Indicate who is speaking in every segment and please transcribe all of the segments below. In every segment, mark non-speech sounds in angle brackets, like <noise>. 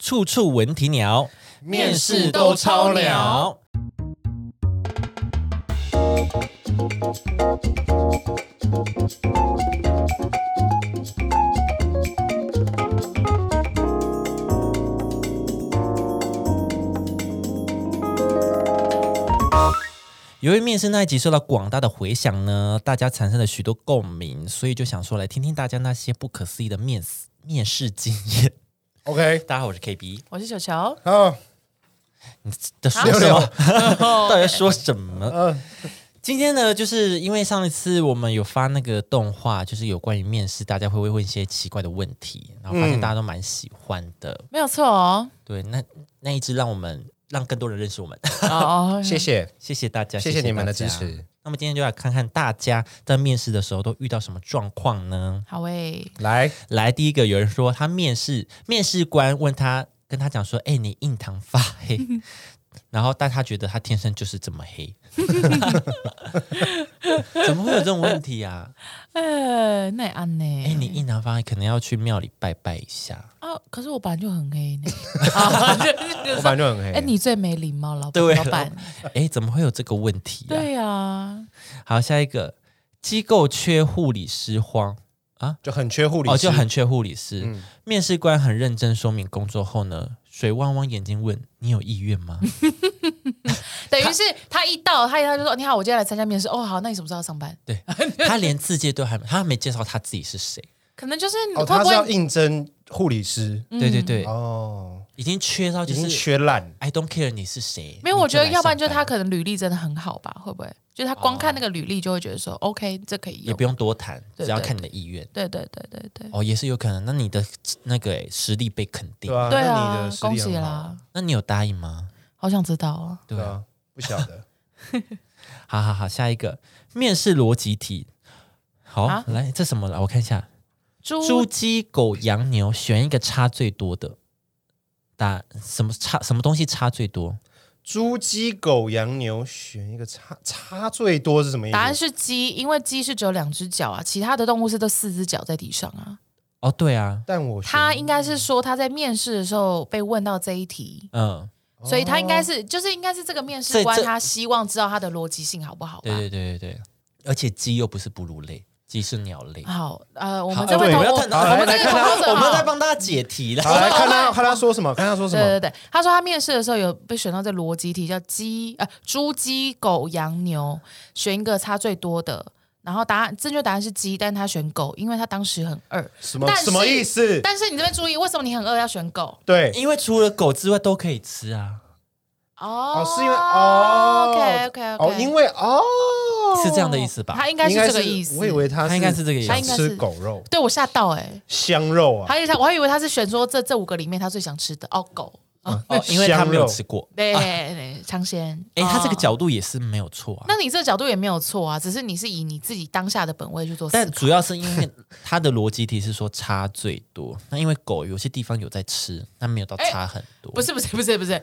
Speaker 1: 处处闻啼鸟，
Speaker 2: 面试都超鸟。
Speaker 1: 由于面试那一集受到广大的回响呢，大家产生了许多共鸣，所以就想说来听听大家那些不可思议的面试面试经验。
Speaker 2: OK，。
Speaker 1: 大家好，我是 KB，
Speaker 3: 我是球球
Speaker 2: 好，
Speaker 1: 你在说
Speaker 2: 啊
Speaker 1: 什 <laughs> 么？到底在
Speaker 3: 对
Speaker 1: 说什么？
Speaker 2: 嗯
Speaker 1: 今天呢，就是因为上一次我们有发那个动画，就是有关于面试，大家会不会问一些奇怪的问题，然后发现大家都蛮喜欢的。
Speaker 3: 没有错
Speaker 2: <laughs>
Speaker 3: 哦。
Speaker 1: 对，那那一直让我们让更多人认识我们， <laughs>
Speaker 3: 哦，
Speaker 2: 谢谢，
Speaker 1: 谢谢大家，
Speaker 2: 谢谢你们的
Speaker 1: 大
Speaker 2: 支
Speaker 1: 家。
Speaker 2: 持。
Speaker 1: 那么今天就来看看大家在面试的时候都遇到什么状况呢？
Speaker 3: 好诶，
Speaker 2: 来，
Speaker 1: 来，第一个有人说他面试，面试官问他，跟他讲说：“哎、你印堂发黑。”然后，但他觉得他天生就是这么黑， <laughs> 怎么会有这种问题啊？
Speaker 3: 呃，那也安呢？
Speaker 1: 哎、你印堂发黑，可能要去庙里拜拜一下。
Speaker 3: 啊，可是我本来就很黑
Speaker 2: <laughs>
Speaker 3: 呢。啊就就
Speaker 2: 我
Speaker 3: 是
Speaker 2: 本来就很黑。
Speaker 3: 哎，你最没礼貌，老
Speaker 1: 对
Speaker 3: 老板。
Speaker 1: 哎、怎么会有这个问题啊？
Speaker 3: 对呀，
Speaker 1: 好，下一个，机构缺护理师荒，
Speaker 2: 就很缺护理师，嗯
Speaker 1: 哦，就很缺护理师。面试官很认真说明工作后呢，水汪汪眼睛问：“你有意愿吗
Speaker 3: 等于是他一到，他他就说：“你好，我今天来参加面试。”哦，好，那你什么时候要上班？？” <laughs>
Speaker 1: 对他连自介都还没，他还没介绍他自己是谁。
Speaker 3: 可能就是
Speaker 2: 哦，
Speaker 3: 会
Speaker 2: 他
Speaker 3: 不
Speaker 2: 是要
Speaker 3: 会
Speaker 2: 应征护理师
Speaker 1: 对对对，
Speaker 2: 哦，
Speaker 1: 嗯已经缺到
Speaker 2: 已
Speaker 1: 就
Speaker 2: 经
Speaker 1: 是
Speaker 2: 缺烂。
Speaker 1: I don't care 你是谁。
Speaker 3: 没有？我觉得
Speaker 1: 你来
Speaker 3: 要不然就
Speaker 1: 上
Speaker 3: 是他
Speaker 1: 班
Speaker 3: 可能履历真的很好吧？会不会？就是他光看那个履历就会觉得说：“OK，这可以
Speaker 1: 也
Speaker 3: 用
Speaker 1: 不。
Speaker 2: 哦
Speaker 1: 用多谈，
Speaker 3: 对
Speaker 1: 只要
Speaker 3: 对
Speaker 1: 看你的意愿。
Speaker 3: 对”对对对对
Speaker 1: 哦，也是有可能。那你的那个诶实力被肯定
Speaker 2: 对，啊，
Speaker 3: 对
Speaker 2: 那你
Speaker 3: 啊
Speaker 2: 的！实
Speaker 3: 恭
Speaker 2: 力
Speaker 3: 喜
Speaker 2: 很好
Speaker 3: 啦，！
Speaker 1: 那你有答应吗？
Speaker 3: 好想知道哦。
Speaker 1: 对
Speaker 2: 对
Speaker 1: 啊，
Speaker 2: 啊，不晓得， <laughs>
Speaker 1: 好好好，下一个面试逻辑题。好，
Speaker 3: 啊
Speaker 1: 来这什么了？我看一下，猪、
Speaker 3: 猪
Speaker 1: 鸡、狗、羊、牛，选一个差最多的。打什么差什么东西差最多？
Speaker 2: 猪、鸡、狗、羊、牛，选一个差差最多是什么意思？
Speaker 1: 嗯
Speaker 3: 答案是鸡，因为鸡是只有两只脚啊，其他的动物是都四只脚在地上啊。
Speaker 1: 哦，对啊，
Speaker 2: 但我选
Speaker 3: 他应该是说他在面试的时候被问到这一题，
Speaker 1: 嗯，
Speaker 3: 所以他应该是就是应该是这个面试
Speaker 1: 所以
Speaker 3: 官
Speaker 1: 这
Speaker 3: 他希望知道他的逻辑性好不好吧
Speaker 1: 对？对对对对，而且鸡又不是哺乳类，鸡是鸟类。
Speaker 3: 好，呃，我
Speaker 1: 好，
Speaker 3: 们这
Speaker 1: 哎
Speaker 3: 位
Speaker 1: 我
Speaker 3: 同
Speaker 1: 们要
Speaker 3: 我
Speaker 1: 探讨，
Speaker 2: 好
Speaker 1: 我们
Speaker 3: 这
Speaker 1: 在
Speaker 3: 个
Speaker 1: 看
Speaker 3: 同
Speaker 1: 他，我们在
Speaker 3: 好。
Speaker 1: 帮大家解题
Speaker 2: 好
Speaker 1: 了。
Speaker 2: 来看他看他说什么，看他说什
Speaker 3: 对对
Speaker 2: 么。
Speaker 3: 对，他说他面试的时候有被选到这逻辑题，叫鸡呃猪、鸡、狗、羊、牛，选一个差最多的。然后答案正确答案是鸡，但他选狗，因为他当时很饿。
Speaker 2: 什么
Speaker 3: 但是
Speaker 2: 什么意思？
Speaker 3: 但是你这边注意，为什么你很饿要选狗？
Speaker 2: 对，
Speaker 1: 因为除了狗之外都可以吃啊，
Speaker 3: 哦
Speaker 2: 哦，是因为哦
Speaker 3: OK OK OK，
Speaker 2: 哦，因为哦，
Speaker 1: 是这样的意思吧？
Speaker 3: 他应该是
Speaker 2: 应该
Speaker 3: 这个意思。
Speaker 2: 我以为他
Speaker 1: 他应该是这个意思
Speaker 2: 想
Speaker 3: 他应该
Speaker 2: 吃
Speaker 3: 是
Speaker 2: 狗肉
Speaker 3: 对我吓到哎、
Speaker 2: 香肉啊，
Speaker 3: 还有他我还以为他是选说这这五个里面他最想吃的哦狗，
Speaker 1: 哦，因为他
Speaker 2: 香肉
Speaker 1: 没有吃过。
Speaker 3: 对、对尝鲜。
Speaker 1: 哎，他这个
Speaker 3: 哦
Speaker 1: 角度也是没有错啊。
Speaker 3: 那你这个角度也没有错啊，只是你是以你自己当下的本位去做思
Speaker 1: 但
Speaker 3: 考。
Speaker 1: 主要是因为它的逻辑题是说差最多，那因为狗有些地方有在吃，但没有到差很多。
Speaker 3: 不是不是不是不是，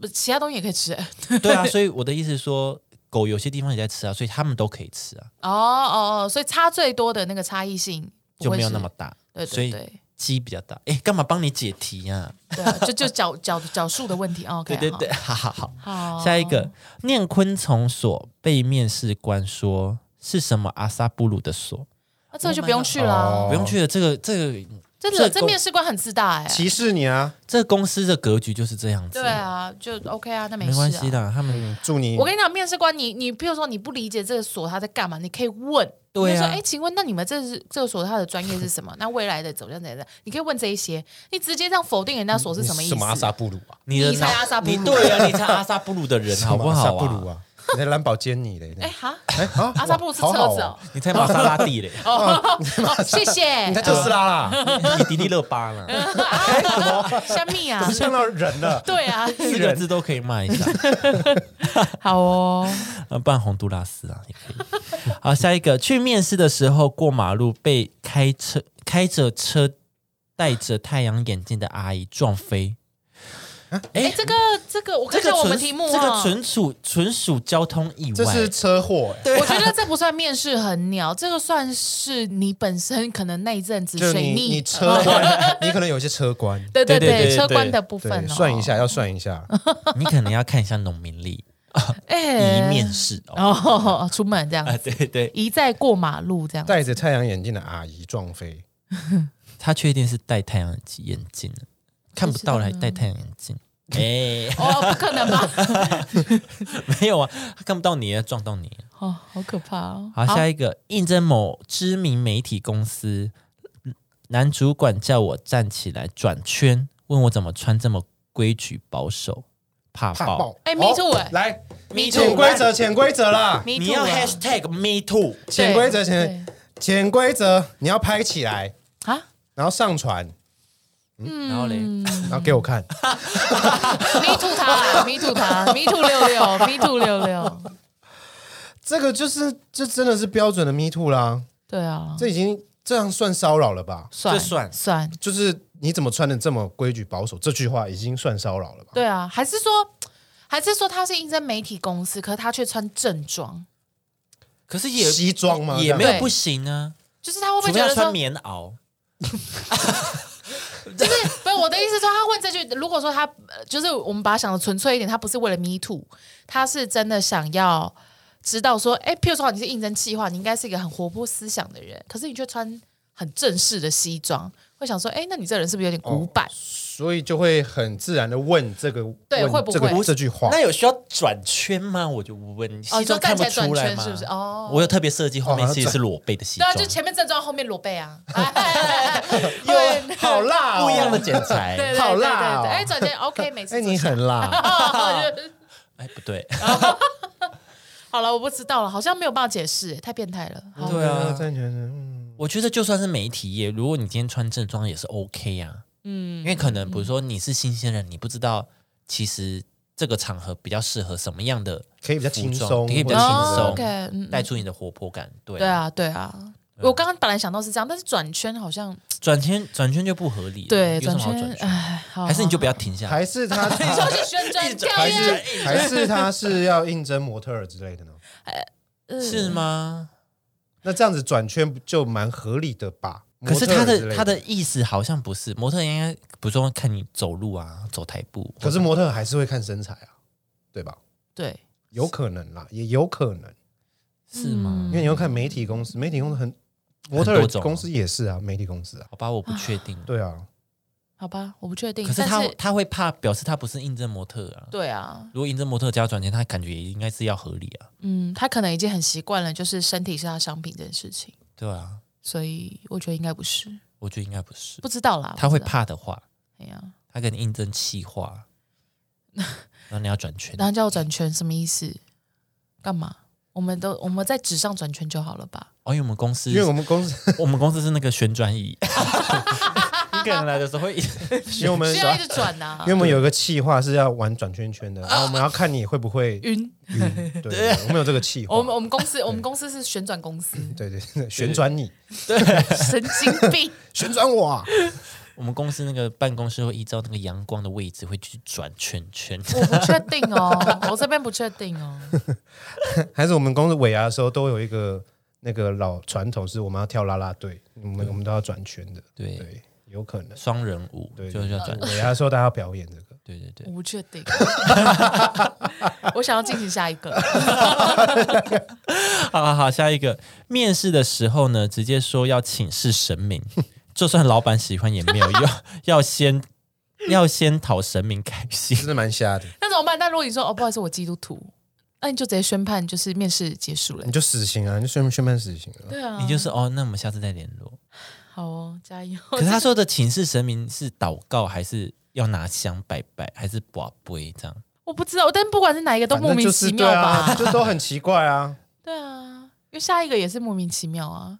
Speaker 3: 不其他东西也可以吃 <laughs> 哦
Speaker 1: 对啊，所以我的意思是说，狗有些地方也在吃啊，所以它们都可以吃啊，
Speaker 3: 哦哦，所以差最多的那个差异性不
Speaker 1: 就
Speaker 3: 会
Speaker 1: 没有
Speaker 3: 是
Speaker 1: 那么大。
Speaker 3: 对
Speaker 1: 所
Speaker 3: 对
Speaker 1: 以
Speaker 3: 对
Speaker 1: 鸡比较大。哎，干嘛帮你解题啊？
Speaker 3: 对啊，就就角角角数的问题。哦 OK，
Speaker 1: 对对对， <laughs> 哈哈好。
Speaker 3: 好，好
Speaker 1: 下一个，念昆虫所被面试官说是什么阿萨布鲁的所？
Speaker 3: 那、这个就不用去了啊、
Speaker 2: 哦
Speaker 1: 不用去了，这个这个
Speaker 3: 这
Speaker 1: 这
Speaker 3: 这这
Speaker 1: 公
Speaker 3: 面试官很自大哎、
Speaker 2: 歧视你啊！
Speaker 1: 这个公司的格局就是这样子。
Speaker 3: 对啊，就 OK 啊，那没
Speaker 1: 没
Speaker 3: 事、啊、
Speaker 1: 关系的，他们
Speaker 2: 嗯祝你
Speaker 3: 我跟你讲，面试官，你你譬如说你不理解这个所他在干嘛，你可以问，
Speaker 1: 对啊
Speaker 3: 你就说，哎，请问那你们这是这个所它的专业是什么？那未来的走向怎样？你可以问这一些，你直接这样否定人家所是什么意思？
Speaker 2: 什么阿萨布鲁啊？
Speaker 1: 你的
Speaker 3: 你才
Speaker 1: 脑
Speaker 3: 阿萨布
Speaker 1: 你
Speaker 3: 鲁
Speaker 1: 对啊，你才阿萨布鲁的 <laughs> 人好不
Speaker 2: 什
Speaker 1: 好
Speaker 2: 么阿萨布鲁
Speaker 1: 啊？
Speaker 2: 啊，你在兰博基尼
Speaker 3: <laughs>
Speaker 2: 嘞？
Speaker 3: 哎哈，
Speaker 2: 哎啊
Speaker 3: 阿萨布鲁是车子哦，，
Speaker 1: 你才玛莎拉蒂 <laughs> 嘞，
Speaker 3: <laughs> 哦，谢谢，
Speaker 2: 那
Speaker 3: <laughs>
Speaker 2: 就是啦 <laughs> 啦，
Speaker 1: 你迪丽热巴了，
Speaker 3: 香蜜啊
Speaker 2: 不，像到人
Speaker 3: <laughs>
Speaker 2: 了。
Speaker 3: 对
Speaker 1: <laughs>
Speaker 3: 啊，
Speaker 1: 四个字都可以 <laughs> 骂一下，
Speaker 3: 好哦，
Speaker 1: 呃不然洪都拉斯啊也可以。好，下一个，去面试的时候过马路被开车开着车戴着太阳眼镜的阿姨撞飞，
Speaker 3: 哎、
Speaker 1: 哎，
Speaker 3: 这个这个，我看
Speaker 1: 这
Speaker 3: 一下
Speaker 1: 个
Speaker 3: 我们
Speaker 1: 纯
Speaker 3: 题目哦
Speaker 1: 这
Speaker 3: 哈
Speaker 1: 个纯属纯属交通意
Speaker 2: 这
Speaker 1: 外啊
Speaker 2: 是，车祸、欸，
Speaker 3: 我觉得这不算面试很鸟，这个算是你本身可能那一阵子
Speaker 2: 就
Speaker 3: 水
Speaker 2: 你
Speaker 3: 逆，
Speaker 2: 你车
Speaker 3: <laughs>
Speaker 2: 关，你可能有一些车关，
Speaker 3: 对对
Speaker 1: 对对对
Speaker 3: 车关
Speaker 1: 对
Speaker 3: 的部分、
Speaker 2: 对，
Speaker 3: 哦，
Speaker 2: 算一下，要算一
Speaker 3: <laughs>
Speaker 2: 下，
Speaker 1: <laughs> 你可能要看一下农民历，以
Speaker 3: 哎、
Speaker 1: 面试哦。
Speaker 3: 哦， <laughs> 出门这样，
Speaker 1: 啊，对对， <laughs>
Speaker 3: 一再过马路这样，
Speaker 2: 戴着太阳眼镜的阿姨撞飞，
Speaker 1: 他确定是戴太阳眼镜的，看不到了还戴太阳眼镜。哎、
Speaker 3: 哦，不可能吧？
Speaker 1: 没有啊，他看不到你，撞到你。啊
Speaker 3: 哦，好可怕哦！
Speaker 1: 好，下一个应征某知名媒体公司，男主管叫我站起来转圈，问我怎么穿这么规矩保守，怕
Speaker 2: 怕
Speaker 1: 爆。
Speaker 2: 爆，
Speaker 3: 哎
Speaker 2: 哦
Speaker 3: me too 哎
Speaker 2: 来
Speaker 1: Me
Speaker 2: 潜
Speaker 1: too，
Speaker 2: 规则，潜规则啦，
Speaker 3: Me
Speaker 1: 你
Speaker 3: too
Speaker 1: 要
Speaker 3: 了
Speaker 1: hashtag me 啊 too，
Speaker 2: 潜规则，
Speaker 3: 对
Speaker 2: 潜潜规则，你要拍起来，
Speaker 3: 啊，
Speaker 2: 然后上传，
Speaker 3: 嗯
Speaker 1: 然后嘞，
Speaker 2: 然后给我看，
Speaker 3: 迷途他， <laughs> 迷途他，迷途六六，迷途六六，
Speaker 2: 这个就是这真的是标准的 me too 啦，
Speaker 3: 对啊，
Speaker 2: 这已经这样算骚扰了吧？
Speaker 3: 算
Speaker 1: 这算
Speaker 3: 算，
Speaker 2: 就是你怎么穿的这么规矩保守，这句话已经算骚扰了吧？
Speaker 3: 对啊，还是说，还是说他是应征媒体公司，可是他却穿正装，
Speaker 1: 可是也
Speaker 2: 西装吗
Speaker 1: 也没有
Speaker 3: 对
Speaker 1: 不行啊，
Speaker 3: 就是他会不
Speaker 1: 除
Speaker 3: 会
Speaker 1: 非
Speaker 3: 觉
Speaker 1: 要
Speaker 3: 得
Speaker 1: 穿
Speaker 3: 说，
Speaker 1: 棉袄。
Speaker 3: 就是不是我的意思是说，他问这句，如果说他呃就是我们把他想的纯粹一点，他不是为了 me too，他是真的想要知道说，哎，譬如说你是应征企划，你应该是一个很活泼思想的人，可是你却穿很正式的西装，会想说，哎，那你这人是不是有点古板？
Speaker 2: 所以就会很自然的问这个，
Speaker 3: 对
Speaker 2: 问
Speaker 3: 会不
Speaker 2: 这
Speaker 3: 会
Speaker 2: 个这句话？
Speaker 1: 那有需要转圈吗？我就问，
Speaker 3: 哦，
Speaker 1: 西
Speaker 3: 你说
Speaker 1: 装看
Speaker 3: 站
Speaker 1: 不
Speaker 3: 起来转
Speaker 1: 出来
Speaker 3: 圈
Speaker 1: 吗？
Speaker 3: 是不是？哦，
Speaker 1: 我有特别设计，后面
Speaker 2: 哦
Speaker 1: 其实是裸背的西
Speaker 3: 对
Speaker 1: 装，
Speaker 3: 啊，就前面正装，后面裸背啊，
Speaker 2: 又 <laughs> 好辣、哦，
Speaker 1: 不一样的剪裁。
Speaker 3: <laughs> 对对对
Speaker 2: 好
Speaker 3: 对对
Speaker 2: 辣哦
Speaker 3: 对，哎，转圈 OK，每次
Speaker 2: 哎，你很
Speaker 1: <laughs>
Speaker 2: 辣，
Speaker 1: 哎，不对，
Speaker 3: 好了，我不知道了，好像没有办法解释，太变态了。好
Speaker 1: 对啊
Speaker 2: 真的觉得嗯，
Speaker 1: 我觉得就算是媒体业，如果你今天穿正装也是 OK 啊，嗯，因为可能比如说你是新鲜人，你不知道其实这个场合比较适合什么样的
Speaker 2: 可以比较
Speaker 1: 服
Speaker 2: 轻
Speaker 1: 装，
Speaker 2: 松，
Speaker 1: 可以比较轻
Speaker 3: 哦
Speaker 1: 松，
Speaker 3: ，OK，嗯嗯
Speaker 1: 带出你的活泼感。对，
Speaker 3: 对，啊，对啊。
Speaker 1: 嗯
Speaker 3: 我刚刚本来想到是这样，但是转圈好像
Speaker 1: 转圈转圈就不合理了，
Speaker 3: 对
Speaker 1: 有什
Speaker 3: 转
Speaker 1: 么好转
Speaker 3: 圈，
Speaker 1: 圈？
Speaker 3: 哎，好，
Speaker 1: 还是你
Speaker 3: <laughs>
Speaker 1: 就不要
Speaker 3: 要
Speaker 1: 停下来？
Speaker 2: 还
Speaker 1: <laughs>
Speaker 2: 是他
Speaker 3: 就是旋转跳
Speaker 2: 还
Speaker 3: 跃
Speaker 2: 是，还是他是要应征模特儿之类的呢？
Speaker 3: 呃
Speaker 1: 是吗？
Speaker 2: 那这样子转圈不就蛮合理的吧？
Speaker 1: 可是他
Speaker 2: 模特儿之类
Speaker 1: 的他的意思好像不是模特，应该比如说看你走路啊，走台步，
Speaker 2: 可是模特儿还是会看身材啊，对吧？
Speaker 3: 对，
Speaker 2: 有可能啦，也有可能，
Speaker 1: 是吗
Speaker 2: 因？
Speaker 3: 嗯
Speaker 2: 为你要看媒体公司，媒体公司很模特
Speaker 1: 多
Speaker 2: 儿
Speaker 1: 种
Speaker 2: 公司也是啊，媒体公司啊，
Speaker 1: 好吧，我不确定。
Speaker 2: 对啊，
Speaker 3: 好吧，我不确定。
Speaker 1: 可是
Speaker 3: 但
Speaker 1: 他他会怕，表示他不是应征模特啊。
Speaker 3: 对啊，
Speaker 1: 如果应征模特加转钱，他感觉也应该是要合理啊。
Speaker 3: 嗯，他可能已经很习惯了，就是身体是他商品这件事情，
Speaker 1: 对啊，
Speaker 3: 所以我觉得应该不是，
Speaker 1: 我觉得应该不是。
Speaker 3: 不知道啦。
Speaker 1: 他会
Speaker 3: 不知道，
Speaker 1: 怕的话，
Speaker 3: 哎呀，
Speaker 1: 他跟你应征气
Speaker 3: <laughs>
Speaker 1: 化，然后你要转圈
Speaker 3: 然。后叫我转圈什么意思？干嘛？我们都我们在纸上转圈就好了吧？
Speaker 1: 哦，因为我们公司，
Speaker 2: 因为我们公司，
Speaker 1: <laughs> 我们公司是那个旋转
Speaker 2: <laughs>
Speaker 1: 椅，你 <laughs> 可能来的时候会一直
Speaker 2: 因为我们
Speaker 1: 呃
Speaker 3: 不要一直转啊
Speaker 2: <laughs>
Speaker 3: 呐、
Speaker 1: <laughs>
Speaker 2: 因为我们有一个计划是要玩转圈圈的，然后我们要看你会不会
Speaker 3: 晕。
Speaker 2: 晕。对
Speaker 3: <laughs>
Speaker 2: 对，对我们有这个计划
Speaker 3: 我。们我们公司我们公司是旋转公司， <laughs>
Speaker 2: 对对，对旋转你，
Speaker 3: 神经病。
Speaker 2: 旋转我啊！
Speaker 1: 我们公司那个办公室会依照那个阳光的位置会去转圈圈。
Speaker 3: <laughs> 我不确定哦， <laughs> 我这边不确定哦。
Speaker 2: 还是我们公司尾牙的时候都有一个那个老传统，是我们要跳啦啦队，我们我们都要转圈的。
Speaker 1: 对
Speaker 2: 对，有可能。
Speaker 1: 双人舞
Speaker 2: 对，
Speaker 1: 就是要转。
Speaker 2: 尾牙的时候大家要表演这个，
Speaker 1: 对对
Speaker 3: 我
Speaker 1: 对，
Speaker 3: 不确定， <laughs> 我想要进行下一个。 <laughs>
Speaker 1: 好好好，下一个面试的时候呢，直接说要请示神明， <laughs> 就算老板喜欢也没有用， <laughs> 要先要先讨神明开心。
Speaker 2: 真的蛮瞎的。
Speaker 3: 那怎么办？那如果你说哦，不好意思，我基督徒，那你就直接宣判，就是面试结束了
Speaker 2: 你。就死刑啊！你就宣宣判死刑啊！
Speaker 3: 对啊，
Speaker 1: 你就是哦，那我们下次再联络。
Speaker 3: 好哦，加油。
Speaker 1: 可 <laughs> 是他说的请示神明是祷告，还是要拿香拜拜，还是卜杯这样？
Speaker 3: 我不知道，但不管是哪一个都
Speaker 2: 反
Speaker 3: 莫
Speaker 2: 正
Speaker 3: 名
Speaker 2: 就是
Speaker 3: 其
Speaker 2: 对
Speaker 3: 妙吧
Speaker 2: 啊，。就都很奇怪啊。
Speaker 3: 对啊，因为下一个也是莫名其妙啊。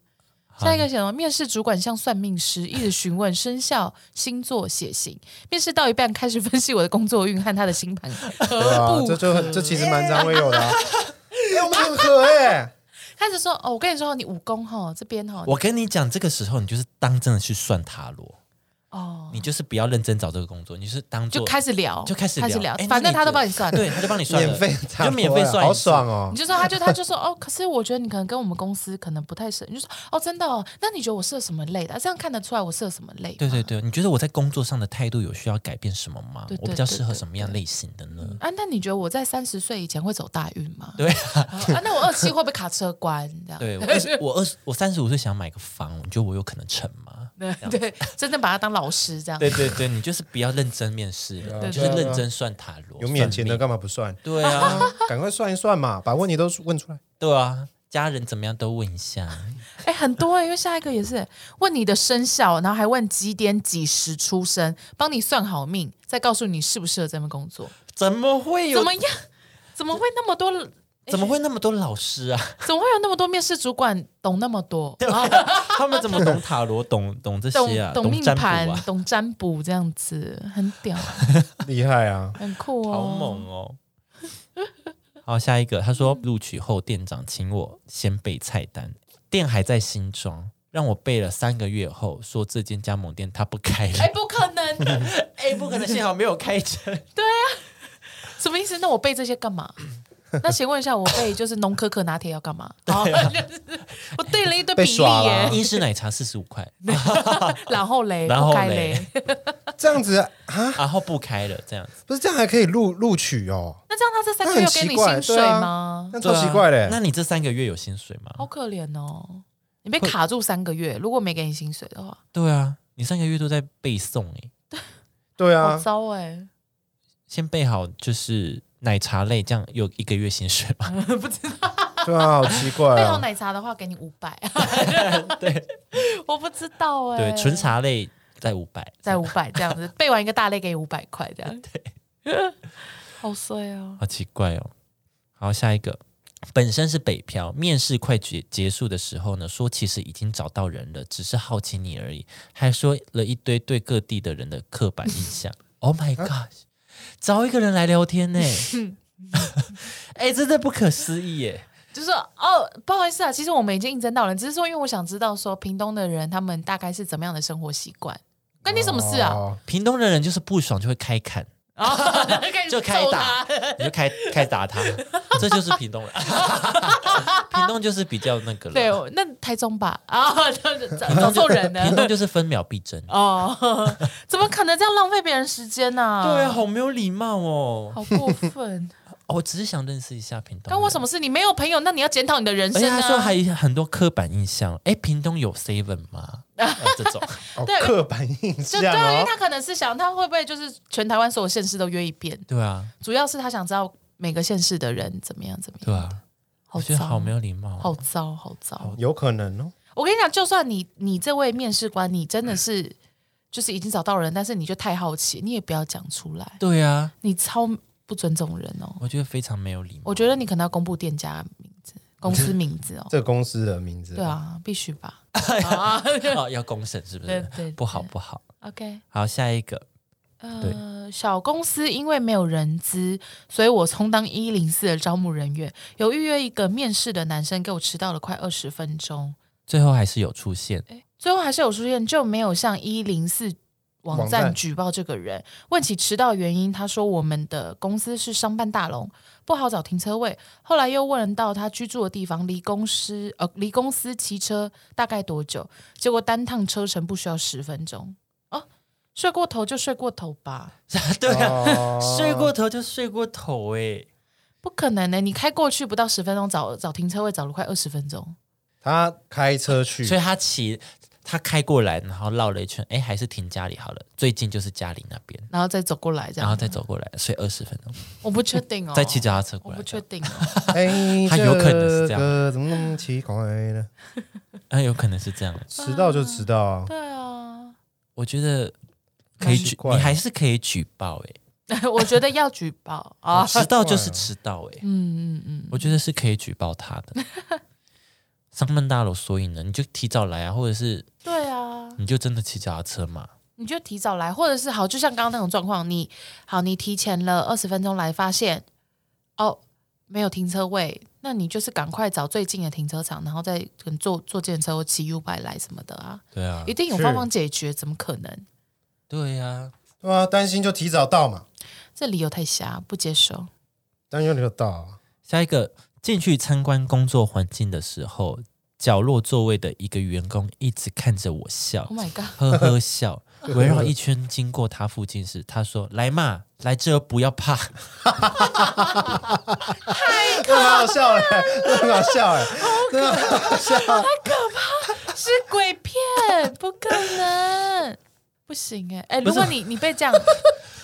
Speaker 3: 下一个写什么？面试主管像算命师，一直询问生肖、星座、血型。面试到一半，开始分析我的工作运和他的星盘 <laughs>
Speaker 2: 对啊
Speaker 3: 合，不
Speaker 2: 这就很
Speaker 3: 合。
Speaker 2: 这其实蛮常会有的 <laughs> 啊。哎，我们很合哎，
Speaker 3: 开始说哦，我跟你说，你武功哈这边哈，
Speaker 1: 我跟你讲，这个时候你就是当真的去算塔罗，
Speaker 3: 哦，
Speaker 1: 你就是不要认真找这个工作，你就是当做
Speaker 3: 就开始聊，
Speaker 1: 就开始
Speaker 3: 开始
Speaker 1: 聊
Speaker 3: 聊
Speaker 1: 哎，
Speaker 3: 反
Speaker 1: 那
Speaker 3: 正
Speaker 1: 你
Speaker 3: 他都
Speaker 1: 觉 <laughs>
Speaker 3: 帮你算了。
Speaker 1: 对，他就帮你算了
Speaker 2: 免费
Speaker 1: 你
Speaker 2: 插播啊，
Speaker 1: 就免费算，
Speaker 2: 好爽！哦
Speaker 3: 你！就说他就他就说哦，可是我觉得你可能跟我们公司可能不太适合，你就说哦真的哦，那你觉得我适合什么类的？这样看得出来我适合什么类吗？
Speaker 1: 对对对，你觉得我在工作上的态度有需要改变什么吗？
Speaker 3: 对对
Speaker 1: 我比较
Speaker 3: 对
Speaker 1: 适合
Speaker 3: 对
Speaker 1: 什么样类型的呢？
Speaker 3: 啊，那你觉得我在三十岁以前会走大运吗？
Speaker 1: 对
Speaker 3: 啊，那我二期会不会卡车关？这样 <laughs>
Speaker 1: 对我二十，我二十，我三十五岁想买个房，你觉得我有可能成吗？
Speaker 3: 对对，真正把他当老师这样。
Speaker 1: 对对对，你就是不要认真面试，你就是认真算塔罗，
Speaker 2: 有免钱的
Speaker 1: 算命
Speaker 2: 干嘛不算？
Speaker 1: 对啊，
Speaker 2: 赶快算一算嘛，把问题都问出来。
Speaker 1: 对啊，家人怎么样都问一下， <laughs>
Speaker 3: 哎，很多哎、因为下一个也是问你的生肖，然后还问几点几时出生，帮你算好命，再告诉你适不适合这份工作。
Speaker 1: 怎么会有
Speaker 3: 怎？么样？怎么会那么多？
Speaker 1: 怎么会那么多老师
Speaker 3: <laughs>
Speaker 1: 啊？
Speaker 3: 怎么会有那么多面试主管懂那么多？
Speaker 1: 他们怎么懂塔罗，懂懂这
Speaker 3: 懂
Speaker 1: 些啊？
Speaker 3: 懂命
Speaker 1: 占
Speaker 3: 盘
Speaker 1: 卜啊，，
Speaker 3: 懂占卜这样子，很屌，
Speaker 2: 厉害啊！
Speaker 3: 很酷哦，
Speaker 1: 好猛哦！好，下一个，他说录取后店长请我先背菜单，店还在新庄，让我背了三个月后，说这间加盟店他不开
Speaker 3: 哎、
Speaker 1: 了，
Speaker 3: 不可能，
Speaker 1: <laughs> 哎，不可能，幸好没有开 <laughs> 成。
Speaker 3: 什么意思？那我背这些干嘛？那请问一下，我背就是农可可拿铁要
Speaker 1: <laughs>
Speaker 3: 干嘛？
Speaker 1: 啊
Speaker 3: 好， <laughs> 我对了一堆比
Speaker 2: 被
Speaker 3: 例
Speaker 2: 耍了
Speaker 3: 耶，
Speaker 1: 英式奶茶四十五块，
Speaker 3: <laughs> 然后嘞，
Speaker 1: 然后
Speaker 3: 不开
Speaker 1: 嘞
Speaker 3: 嘞，
Speaker 2: 这样子啊
Speaker 1: 然后不开了，这样子，
Speaker 2: 不是这样还可以录录取哦，
Speaker 3: 那这样他这三
Speaker 2: 那
Speaker 3: 个
Speaker 2: 很
Speaker 3: 月给
Speaker 2: 奇
Speaker 3: 你
Speaker 2: 怪，
Speaker 3: 薪水
Speaker 2: 对啊
Speaker 3: 吗？
Speaker 2: 那超奇怪
Speaker 1: 对啊
Speaker 2: 嘞。
Speaker 1: 那你这三个月有薪水吗？
Speaker 3: 好可怜哦，你被卡住三个
Speaker 1: 啊
Speaker 3: 月，如果没给你薪水的话，
Speaker 1: 对啊，你三个月都在背诵哎，
Speaker 2: 对
Speaker 3: 好
Speaker 2: 啊，
Speaker 3: 糟哎、
Speaker 1: 先备好就是奶茶类，这样有一个月薪水吗？ <laughs>
Speaker 2: 对啊，好奇
Speaker 3: <laughs>
Speaker 2: 怪
Speaker 3: 备好
Speaker 2: 啊！
Speaker 3: 奶茶的话，给你五百。 <laughs> 对，我不知道哎、
Speaker 1: 对，纯茶类在五百。
Speaker 3: 在五百这样子，备完一个大类给你五百块这样。对， <laughs> 好衰哦。
Speaker 1: 好奇怪哦。好，下一个，本身是北漂，面试快结结束的时候呢，说其实已经找到人了，只是好奇你而已，还说了一堆对各地的人的刻板印象。oh my god！找一个人来聊天
Speaker 3: <laughs>
Speaker 1: 呢、哎、真的不可思议耶！
Speaker 3: 就是说哦，不好意思啊，其实我们已经应征到了，只是说因为我想知道说屏东的人他们大概是怎么样的生活习惯，关你什么事 <laughs> 啊？
Speaker 2: 哦？
Speaker 1: 屏东的人就是不爽就会开砍，
Speaker 3: 然后
Speaker 1: 就开
Speaker 3: 揍
Speaker 1: 打 <laughs>
Speaker 3: 他，
Speaker 1: 你就开开打他，这就是屏东人。 <laughs> 屏东就是比较那个了，
Speaker 3: 对，我那台中吧啊，就是找找错人
Speaker 1: 屏东
Speaker 3: 了。
Speaker 1: 就是分秒必争。
Speaker 3: 哦， <laughs> 怎么可能这样浪费别人时间呢、
Speaker 1: 对啊，，好没有礼貌哦。
Speaker 3: 好过分！
Speaker 1: 哦，我只是想认识一下屏东人。
Speaker 3: 关我什么事？你没有朋友，那你要检讨你的人
Speaker 1: 而
Speaker 3: 生
Speaker 1: 且
Speaker 3: 啊！
Speaker 1: 他说还有很多刻板印象，哎，屏东有 seven 吗？
Speaker 3: <laughs>
Speaker 1: 哦这种
Speaker 2: 哦
Speaker 3: 对
Speaker 2: 刻板印
Speaker 3: 就
Speaker 2: 象
Speaker 3: 对啊，因为
Speaker 2: 哦，
Speaker 3: 他可能是想，他会不会就是全台湾所有县市都约一遍？
Speaker 1: 对啊，
Speaker 3: 主要是他想知道每个县市的人怎么样怎么样。
Speaker 1: 对啊，
Speaker 3: 好
Speaker 1: 我觉得
Speaker 3: 糟，
Speaker 1: 好没有礼貌哦，
Speaker 3: 好糟，好糟。
Speaker 2: 有可能哦。
Speaker 3: 我跟你讲，就算你你这位面试官，你真的是就是已经找到人，但是你就太好奇，你也不要讲出来，
Speaker 1: 对啊，
Speaker 3: 你超不尊重人哦。
Speaker 1: 我觉得非常没有礼貌。
Speaker 3: 我觉得你可能要公布店家名字、公司名字哦。
Speaker 2: 这个公司的名字，
Speaker 3: 对，啊，必须吧。
Speaker 1: 哦要公审是不
Speaker 3: 对
Speaker 1: 是
Speaker 3: 对对？
Speaker 1: 不好不好。
Speaker 3: OK，
Speaker 1: 好，下一个
Speaker 3: 呃，小公司因为没有人资，所以我充当一零四的招募人员，有预约一个面试的男生，给我迟到了快二十分钟，
Speaker 1: 最后还是有出现，
Speaker 3: 最后还是有出现，就没有向一零四网
Speaker 2: 网
Speaker 3: 站
Speaker 2: 站
Speaker 3: 举报这个人。问起迟到原因，他说我们的公司是商办大楼，不好找停车位。后来又问到他居住的地方离公司呃离公司骑车大概多久，结果单趟车程不需要十分钟哦，睡过头就睡过头吧。
Speaker 1: <laughs> 对啊，
Speaker 2: 啊
Speaker 1: 睡过头就睡过头哎。
Speaker 3: 不可能欸的、你开过去不到十分钟，找找停车位找了快二十分钟，
Speaker 2: 他开车去，
Speaker 3: 啊
Speaker 1: 所以他骑他开过来，然后绕了一圈，哎，还是停家里好了，最近就是家里那边，
Speaker 3: 然后再走过来这
Speaker 1: 然
Speaker 3: 样。
Speaker 1: 后再走过来睡二十分钟，
Speaker 3: 我不确定哦，
Speaker 1: 再骑脚踏车
Speaker 3: 我
Speaker 1: 过来
Speaker 3: 不。确定哦。 <laughs>
Speaker 2: 哎，
Speaker 1: 他有可能是这样
Speaker 2: 个怎么那么奇怪呢？
Speaker 1: 嗯，有可能是这样。
Speaker 2: 迟到就迟到啊，
Speaker 3: 对啊，
Speaker 1: 我觉得可以
Speaker 2: 奇
Speaker 1: 举，
Speaker 2: 怪
Speaker 1: 你还是可以举报哎、
Speaker 3: <laughs> 我觉得要举报啊。
Speaker 1: 迟到就是迟到哎、
Speaker 3: 嗯嗯嗯，
Speaker 1: 我觉得是可以举报他的。商办大楼，所以呢，你就提早来啊，或者是
Speaker 3: 对啊，
Speaker 1: 你就真的骑脚踏车嘛。
Speaker 3: 你就提早来，或者是好，就像刚刚那种状况，你好，你提前了二十分钟来，发现哦没有停车位，那你就是赶快找最近的停车场，然后再跟坐坐电车或骑 U 拜来什么的啊，
Speaker 1: 对啊
Speaker 3: 一，定有
Speaker 2: 是
Speaker 3: 方法解决，怎么可能？
Speaker 1: 对呀、
Speaker 2: 对啊，担心就提早到嘛，
Speaker 3: 这理由太瞎，不接受。
Speaker 2: 担心就到
Speaker 3: <laughs>
Speaker 2: 啊。
Speaker 1: 下一个进去参观工作环境的时候，角落座位的一个员工一直看着我笑
Speaker 3: Oh，my Oh god！
Speaker 1: 呵呵笑。围绕一圈经过他附近时，他说：“来嘛，来这儿不要怕。 <laughs>
Speaker 2: 这蛮好笑的，这很好笑
Speaker 3: <laughs>
Speaker 2: 的，真的很好笑。
Speaker 3: <laughs> 是鬼片，不可能， <laughs> 不行哎、哎、如果你你被这样，”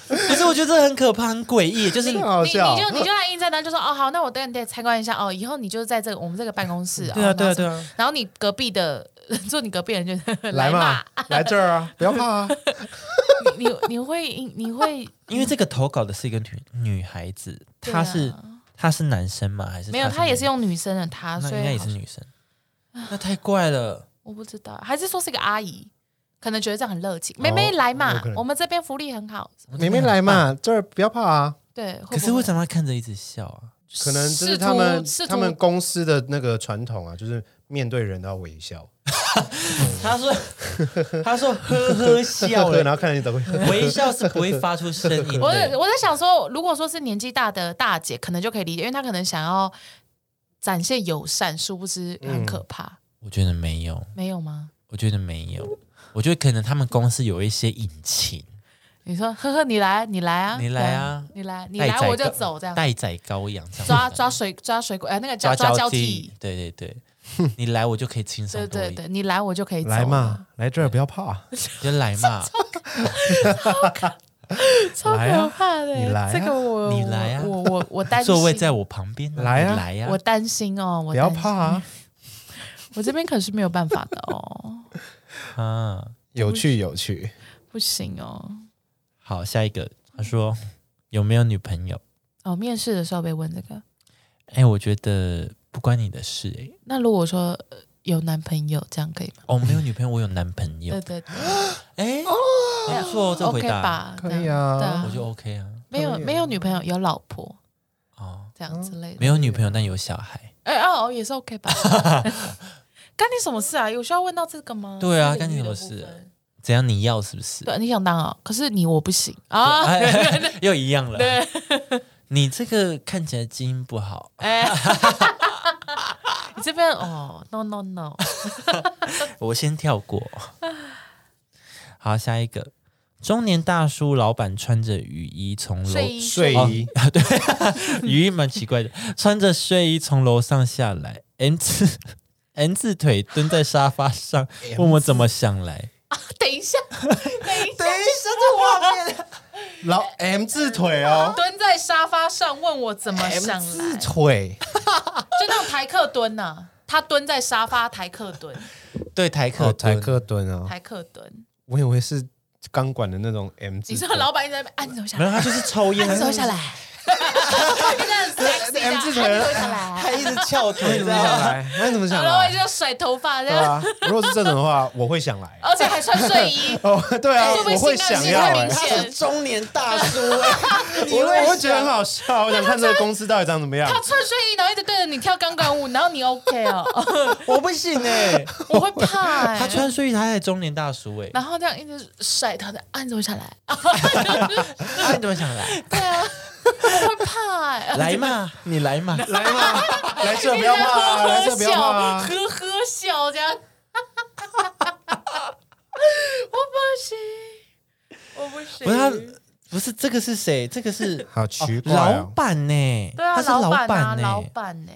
Speaker 1: 可是我觉得这很可怕，很诡异，就是
Speaker 2: 很好
Speaker 3: 你你
Speaker 2: 笑
Speaker 3: 就你就来应征单，就说哦好，那我等你再参观一下哦，以后你就在这个我们这个办公室，
Speaker 1: 对啊
Speaker 3: 哦
Speaker 1: 对啊
Speaker 3: 然后什么
Speaker 1: 对啊
Speaker 3: 然后你隔壁的 <laughs> 坐你隔壁的人
Speaker 1: <laughs>
Speaker 3: 就
Speaker 2: 来嘛
Speaker 3: 嘛，，
Speaker 2: <laughs> 来这儿啊，不要怕啊。
Speaker 3: 你你你会应
Speaker 1: <laughs>
Speaker 3: 你会
Speaker 1: 因为这个投稿的是一个女女孩子，
Speaker 3: 对
Speaker 1: 她是、
Speaker 3: 啊
Speaker 1: 她是男生吗？还是
Speaker 3: 没有，
Speaker 1: 她
Speaker 3: 他也是
Speaker 1: 女
Speaker 3: 用女生的他，
Speaker 1: 那
Speaker 3: 所
Speaker 1: 应该
Speaker 3: 以
Speaker 1: 也
Speaker 3: 好
Speaker 1: 是女 <laughs> 生，那太怪了。
Speaker 3: 我不知道，还是说是个阿姨，可能觉得这样很热情，妹
Speaker 2: 哦
Speaker 3: 妹来
Speaker 2: 有
Speaker 3: 嘛
Speaker 2: 可能，
Speaker 3: 我们这边福利很好，
Speaker 2: 明明来
Speaker 3: <laughs>
Speaker 2: 嘛，这儿不要怕啊。
Speaker 3: 对，
Speaker 1: 可是为什么她看着一直笑啊？
Speaker 2: 可能这
Speaker 3: 试
Speaker 2: 是他们
Speaker 3: 图试图
Speaker 2: 他们公司的那个传统啊，就是面对人都要微笑，
Speaker 1: 她说 <laughs> 她说呵呵笑
Speaker 2: 对，
Speaker 1: 了，
Speaker 2: <laughs> 然后看着你怎么
Speaker 3: <laughs>
Speaker 2: 会
Speaker 1: 微笑是不会发出声音
Speaker 3: 我在
Speaker 1: 的。
Speaker 3: 我在想说，如果说是年纪大的大姐，可能就可以理解，因为她可能想要展现友善，殊不知
Speaker 1: 嗯
Speaker 3: 很可怕，
Speaker 1: 我觉得没有，
Speaker 3: 没有吗？
Speaker 1: 我觉得没有，我觉得可能他们公司有一些隐情，
Speaker 3: 你说，呵呵，你来，你来啊，
Speaker 1: 你来啊
Speaker 3: 对，你来，你
Speaker 1: 待宰
Speaker 3: 来我就
Speaker 1: 羔
Speaker 3: 走，这样
Speaker 1: 待宰羔羊这样
Speaker 3: 抓
Speaker 1: 子
Speaker 3: 抓水抓水果，哎、那个
Speaker 1: 抓
Speaker 3: 叫抓交
Speaker 1: 替
Speaker 3: 替，，
Speaker 1: 对对对，你来我就可以轻松
Speaker 3: 对
Speaker 1: 多
Speaker 3: 对
Speaker 1: 一点，
Speaker 3: 对，你来我就可以走
Speaker 2: 来，嘛，来这儿不要怕，啊
Speaker 1: 你就来嘛，
Speaker 3: <laughs> 超
Speaker 2: 来啊
Speaker 3: 可怕的，
Speaker 2: 你来啊
Speaker 3: 这个我
Speaker 1: 你来啊
Speaker 3: 我我我
Speaker 1: <laughs>
Speaker 3: 我担心
Speaker 1: 座位在我旁边，
Speaker 2: 来啊
Speaker 1: 你来呀
Speaker 3: 我，担心哦，我
Speaker 2: 不要
Speaker 3: 担心
Speaker 2: 怕，啊，
Speaker 3: 我这边可是没有办法的
Speaker 2: <laughs>
Speaker 3: 哦，
Speaker 1: 啊。
Speaker 2: 有趣有趣，
Speaker 3: 不行哦。
Speaker 1: 好，下一个，他说有没有女朋友？
Speaker 3: 哦，面试的时候被问这个，
Speaker 1: 哎，我觉得不关你的事、哎，
Speaker 3: 那如果说呃有男朋友，这样可以吗？
Speaker 1: 哦，没有女朋友，我有男朋
Speaker 3: <laughs>
Speaker 1: 友
Speaker 3: 对，对对
Speaker 1: 哎，还不错，这回
Speaker 3: 呃哦 OK
Speaker 1: 答
Speaker 3: 吧，
Speaker 2: 可以
Speaker 3: 这样
Speaker 2: 啊
Speaker 3: 对
Speaker 1: 我就 OK 啊，
Speaker 3: 没有没有女朋友，有老婆
Speaker 1: 哦，
Speaker 3: 这
Speaker 2: 嗯
Speaker 3: 样之类的
Speaker 1: 没。有女朋友但有小孩，
Speaker 3: 哎哦，哦也是
Speaker 1: <laughs>
Speaker 3: OK 吧？干你什么事啊？有需要问到这个吗？
Speaker 1: 对啊
Speaker 3: 这个领域的
Speaker 1: 干你什么事
Speaker 3: 部分？
Speaker 1: 怎样你要是不是？
Speaker 3: 对，你想当啊？可是你我不行啊！
Speaker 1: 哎
Speaker 3: <laughs>
Speaker 1: 又一样了，
Speaker 3: 对，
Speaker 1: 你这个看起来基因不好，
Speaker 3: 哎， <laughs> 你这边哦，no
Speaker 1: <laughs>
Speaker 3: no no，
Speaker 1: 我先跳过。好，下一个，中年大叔老板穿着雨衣从楼
Speaker 3: 睡衣
Speaker 2: 睡衣
Speaker 1: <laughs> 雨衣蛮奇怪的，穿着睡衣从楼上下来，N 字 <laughs> N 字腿蹲在沙发上，问我怎么想来。
Speaker 3: <laughs> 等
Speaker 1: <laughs>
Speaker 3: 一下，等一下，
Speaker 2: 老 M 字腿
Speaker 1: 啊
Speaker 2: 哦
Speaker 3: 蹲在沙发上问我怎么想
Speaker 1: 哎
Speaker 2: ，M 字
Speaker 3: 来，就
Speaker 2: 腿，
Speaker 3: 那种台客蹲呐、他蹲在沙发台客蹲， <laughs>
Speaker 1: 对，台客
Speaker 2: 哦，台
Speaker 1: 蹲，
Speaker 2: 克蹲啊，
Speaker 3: 台客蹲。
Speaker 2: 我以为是钢管的那种 M 字
Speaker 3: 你
Speaker 2: 腿
Speaker 3: 知道老板一直在那边按走下
Speaker 1: 没有
Speaker 3: 来，
Speaker 1: 他就是抽烟，
Speaker 3: 按走下来， <laughs> 一个很
Speaker 1: <laughs>
Speaker 3: sexy 的按走下
Speaker 1: 他 <laughs>
Speaker 3: 来，
Speaker 1: 一直翘
Speaker 2: 那你
Speaker 1: 腿这
Speaker 2: 怎么想
Speaker 1: 样。啊
Speaker 2: 来？那你怎么想
Speaker 3: 然后我
Speaker 2: 来？
Speaker 3: 就甩头发这
Speaker 2: 对
Speaker 3: 样，
Speaker 2: 啊，如果是这种的话，我会想来。。
Speaker 3: 而且还穿睡衣
Speaker 2: 哦，对啊，
Speaker 3: 会不会
Speaker 2: 我会
Speaker 3: 性暗
Speaker 2: 想
Speaker 3: 示
Speaker 2: 要
Speaker 3: 太
Speaker 2: 哎
Speaker 3: 明。显了
Speaker 1: 中年大叔、 <laughs> 哎
Speaker 2: 我我会觉得很好笑，我想看这个公司到底长怎么样
Speaker 3: 他。穿睡衣，然后一直对着你跳钢管舞，然后你 OK 哦，
Speaker 1: <laughs> 我不信哎、
Speaker 3: 我会怕、
Speaker 1: <laughs>
Speaker 3: 欸。
Speaker 1: 他穿睡衣，他还中年大叔哎、
Speaker 3: 然后这样一直甩头的按走
Speaker 1: <laughs>
Speaker 3: 下来，
Speaker 1: 那你怎么想来？
Speaker 3: 对啊，我会怕、
Speaker 1: <laughs>
Speaker 3: 欸。
Speaker 1: 来嘛， <laughs> 你来嘛，
Speaker 2: 来嘛，来这不要怕啊，来这不要怕啊。
Speaker 3: 呵呵笑这样， <laughs> 我不行，我不行，
Speaker 1: 不是他，不是这个是谁？这个 <laughs> 是
Speaker 2: 好奇怪
Speaker 1: 老
Speaker 2: 哦，
Speaker 1: 板呢、
Speaker 3: 对啊，
Speaker 1: 他是老欸哎
Speaker 3: 板啊，
Speaker 1: 呢、
Speaker 3: 老板呢、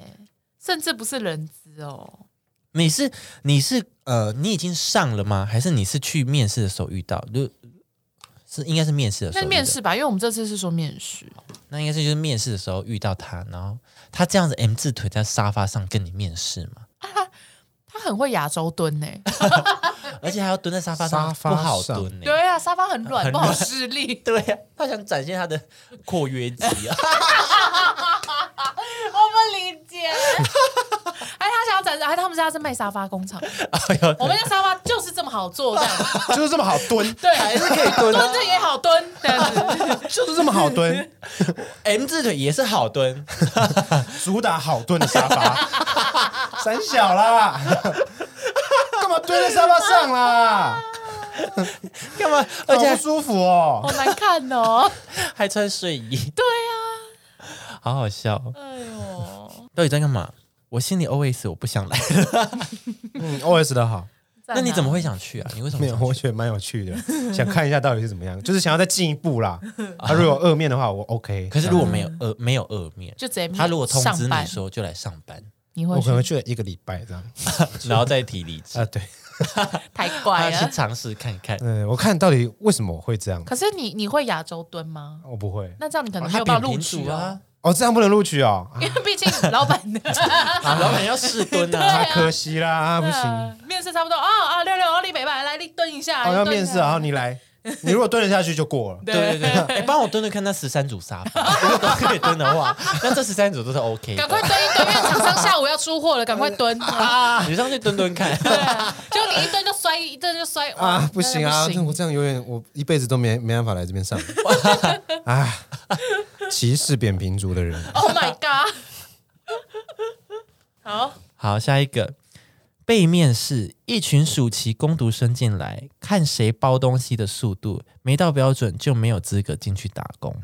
Speaker 3: 甚至不是人资哦，
Speaker 1: 你是你是呃，你已经上了吗？还是你是去面试的时候遇到？就是应该是面试的时
Speaker 3: 那
Speaker 1: 候，
Speaker 3: 面，试吧，因为我们这次是说面试，
Speaker 1: 那应该是就是面试的时候遇到他，然后他这样子 M 字腿在沙发上跟你面试嘛，
Speaker 3: 他很会亚洲蹲欸呢、
Speaker 1: 而且还要蹲在沙发上，
Speaker 2: 沙发上
Speaker 1: 不好蹲呢、
Speaker 3: 哎对啊，沙发很软，
Speaker 1: 很
Speaker 3: 不
Speaker 1: 软
Speaker 3: 好施力，
Speaker 1: 对呀、他想展现他的括约肌啊，
Speaker 3: <laughs> 我不理解。 <laughs> 哎，他想要展示，哎，他们家是卖沙发工厂，
Speaker 1: 哎呦
Speaker 3: 我们家沙发就是这么好做，这样
Speaker 2: 就是这么好蹲，
Speaker 3: 对，
Speaker 1: 还是可以蹲、啊
Speaker 3: 蹲着也好蹲，这样子。
Speaker 2: 就是这么好蹲，
Speaker 1: ，M 字腿也是好
Speaker 3: <laughs>
Speaker 1: 蹲，
Speaker 2: 主打好蹲的沙发， <laughs> 三小啦，干嘛蹲在沙发上啦？
Speaker 1: 干嘛？而
Speaker 2: <laughs> 而
Speaker 1: 且
Speaker 2: 且
Speaker 1: 还
Speaker 2: 不舒服哦。
Speaker 3: 好难看哦。
Speaker 1: 还穿睡衣。对啊，好好笑哦。
Speaker 3: 哎呦，
Speaker 1: 到底在干嘛？我心里 always 我不想来。
Speaker 2: 嗯，OS 的好，
Speaker 1: 那你怎么
Speaker 3: 会？
Speaker 1: 会想去啊？你为什么
Speaker 2: 没有，
Speaker 1: 想
Speaker 2: 我
Speaker 1: 去？
Speaker 2: 觉得蛮有趣的，想看一下到底是怎么样，就是想要再进一步啦。啊，如果有二面的话，我 OK。
Speaker 1: 可是如果没有恶没有恶面，
Speaker 3: 啊就贼面
Speaker 1: 他如果通知
Speaker 3: 上
Speaker 1: 你
Speaker 3: 班
Speaker 1: 说就来上班，
Speaker 3: 你
Speaker 2: 我
Speaker 3: 会
Speaker 2: 可能会去了一个礼拜这样
Speaker 1: 然后再提离
Speaker 2: <laughs>
Speaker 1: 职
Speaker 2: 啊，，对，
Speaker 3: 太
Speaker 1: 他
Speaker 3: 怪
Speaker 1: 去
Speaker 3: 了。
Speaker 1: 尝试看看。
Speaker 2: 嗯，我看到底为什么我会这样，
Speaker 3: 可是你你会亚洲蹲吗？
Speaker 2: 我不会
Speaker 3: 那这样你可能没
Speaker 1: 他
Speaker 3: 有
Speaker 1: 扁
Speaker 3: 办法录
Speaker 1: 平
Speaker 3: 取
Speaker 1: 足
Speaker 3: 哦
Speaker 1: 啊，，
Speaker 2: 哦，这样不能录取哦，
Speaker 3: <laughs> 因为毕竟老板
Speaker 1: <laughs> 啊老板要试蹲
Speaker 2: 啊 <laughs>
Speaker 1: 啊。
Speaker 2: 可惜啦，啊不行，
Speaker 3: 呃 <laughs> 面试差不多啊啊，六六哦，李北吧，来你蹲一下，
Speaker 1: 哦
Speaker 2: 好要
Speaker 3: 蹲一
Speaker 2: 面
Speaker 3: 下
Speaker 2: 试啊，好你来，你如果蹲得下去就过了。
Speaker 1: <laughs> 对对对，哎，帮我蹲蹲看那十三组沙发，如果都可以蹲的话，那这十三组都是 OK
Speaker 3: 赶快
Speaker 1: 的。
Speaker 3: 蹲一蹲，因为厂商下午要出货了，赶快
Speaker 2: <laughs>
Speaker 3: 蹲啊！
Speaker 1: <laughs> 你上去蹲蹲看，
Speaker 3: 就你一蹲就摔，一蹲就摔哇
Speaker 2: 啊，不行啊！
Speaker 3: 真的
Speaker 2: 那
Speaker 3: 不
Speaker 2: 我这样永远，我一辈子都没没办法来这边
Speaker 3: <laughs>
Speaker 2: 上。啊，歧视扁平足的人，
Speaker 3: ！Oh my
Speaker 2: <laughs>
Speaker 3: god！好，
Speaker 1: 好，下一个背面是一群暑期工读生进来，看谁包东西的速度，没到标准就没有资格进去打工。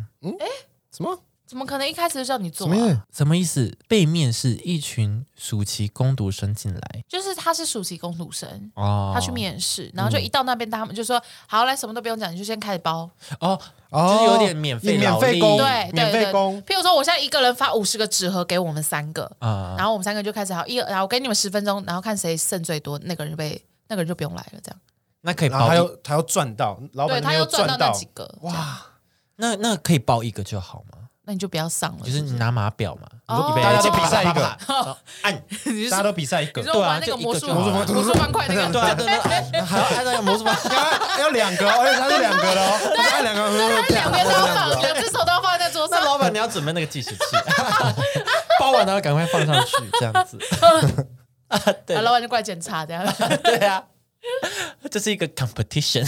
Speaker 2: 什么
Speaker 3: 怎么可能一开始就叫你做
Speaker 2: 什么
Speaker 3: 啊？
Speaker 2: 意
Speaker 1: 什么意思？背面是一群暑期工读生进来
Speaker 3: 就是他是暑期工读生。
Speaker 1: 哦，
Speaker 3: 他去面试，然后就一到那边，他们就说：“好，来，什么都不用讲，你就先开始包。
Speaker 1: 哦，
Speaker 2: 哦
Speaker 1: 就是有点免费
Speaker 2: 免
Speaker 1: 劳
Speaker 2: 费
Speaker 1: 力
Speaker 2: 工，
Speaker 3: 对
Speaker 2: 免
Speaker 3: 对
Speaker 2: 费
Speaker 3: 对
Speaker 2: 工，
Speaker 3: 譬如说，我现在一个人发五十个纸盒给我们三个，
Speaker 1: 啊
Speaker 3: 然后我们三个就开始好一，然后我给你们十分钟，然后看谁剩最多，那个人就被那个人就不用来了，这样。
Speaker 1: 那可以
Speaker 2: 然后
Speaker 1: 包
Speaker 2: 他
Speaker 1: 一
Speaker 2: 又他又赚到，老
Speaker 3: 对
Speaker 2: 板
Speaker 3: 他
Speaker 2: 又
Speaker 3: 又赚到
Speaker 2: 赚
Speaker 3: 那
Speaker 2: 到
Speaker 3: 几个，哇，
Speaker 1: 那那可以包一个就好吗？
Speaker 3: 那你就不要上了，
Speaker 1: 就是你拿码表嘛，
Speaker 3: 哦
Speaker 1: 你说一边
Speaker 2: 大家
Speaker 1: 就
Speaker 2: 都比赛一个哦
Speaker 1: 啪啪啪啪按，
Speaker 3: <laughs> 你
Speaker 2: 大家都比赛一个
Speaker 3: 你，说
Speaker 1: 对
Speaker 3: 玩
Speaker 1: 啊
Speaker 3: 那
Speaker 1: 就
Speaker 3: 个
Speaker 1: 一个
Speaker 3: 魔术
Speaker 1: 就好
Speaker 2: 魔术
Speaker 3: 魔术方块那个，
Speaker 1: 对啊对啊对啊，还要按那个魔术 <laughs> 棒，
Speaker 2: 要 <laughs> 要两个哦，而且他是两个的哦，他是两个，
Speaker 3: 啊两
Speaker 2: 啊
Speaker 3: 边都要
Speaker 2: 两
Speaker 3: 放，
Speaker 2: 个，
Speaker 3: 两只手都要放在桌
Speaker 1: 那
Speaker 3: 上。
Speaker 1: 老板你要准备那个计时器， <laughs> 包完然后赶快放 <laughs> 上去，这样子。啊，对
Speaker 3: 啊，老板就过来检查这样。
Speaker 1: 对啊，这是一个 competition。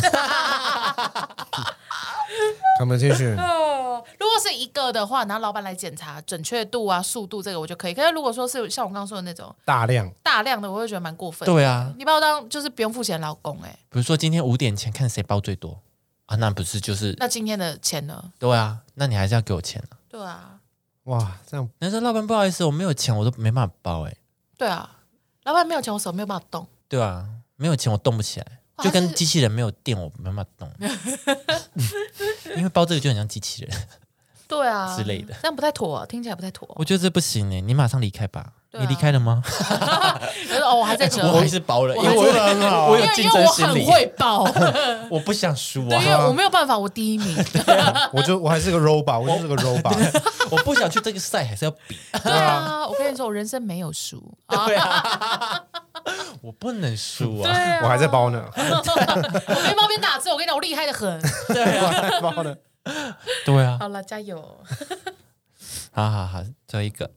Speaker 2: competition
Speaker 3: 哦，如果是一个的话，然后老板来检查准确度啊、速度这个我就可以。可是如果说是像我刚刚说的那种
Speaker 2: 大量，
Speaker 3: 大量的，我会觉得蛮过
Speaker 1: <laughs>
Speaker 3: 分。
Speaker 1: 对啊，
Speaker 3: 你把我当就是不用付钱的老公哎、
Speaker 1: 比如说今天五点前看谁包最多啊，那不是就是
Speaker 3: 那今天的钱呢？
Speaker 1: 对啊？那你还是要给我钱啊。
Speaker 3: 对啊，
Speaker 2: 哇，这样
Speaker 1: 男生老板不好意思，我没有钱，我都没办法包哎、
Speaker 3: 对啊，老板没有钱，我手没有办法动。
Speaker 1: 对啊，没有钱我动不起来，
Speaker 3: 哇
Speaker 1: 就
Speaker 3: 还
Speaker 1: 跟
Speaker 3: 是
Speaker 1: 机器人没有电我没办法
Speaker 3: <laughs>
Speaker 1: 动，因为包这个就很像机器人，
Speaker 3: 对啊，
Speaker 1: 之类的，
Speaker 3: 但不太妥、啊，听起来不太妥。
Speaker 1: 我觉得这不行哎、你马上离开吧。
Speaker 3: 对啊
Speaker 1: 你离开了吗？
Speaker 3: 我说哦，我还在折，
Speaker 1: 我还是包了，因
Speaker 3: 我
Speaker 1: 为我
Speaker 2: <laughs> 做
Speaker 3: 还
Speaker 2: 得很好啊
Speaker 1: 我
Speaker 3: 因
Speaker 1: 有
Speaker 3: 为
Speaker 1: 竞
Speaker 3: 因为
Speaker 1: 争
Speaker 3: 我
Speaker 1: 心
Speaker 3: 很
Speaker 1: 理，
Speaker 3: 会
Speaker 1: <laughs>
Speaker 3: 爆，
Speaker 1: 我不想输
Speaker 3: 对，
Speaker 1: 啊
Speaker 3: 因，为我没有办法，我第一名。
Speaker 2: 我就我还是个 robot，我就是个 robot，
Speaker 1: <laughs> 我不想去这个赛，还是要比。
Speaker 3: 对啊，我跟你说，我人生没有输。
Speaker 1: 对啊，我不能输啊。
Speaker 2: <laughs> 我还在包呢，
Speaker 3: 我边包边打字，我跟你讲，我厉害的很。
Speaker 2: <laughs> 我还在包呢，
Speaker 1: 对啊，
Speaker 3: 好了，加油！
Speaker 1: 好好好，最后一个，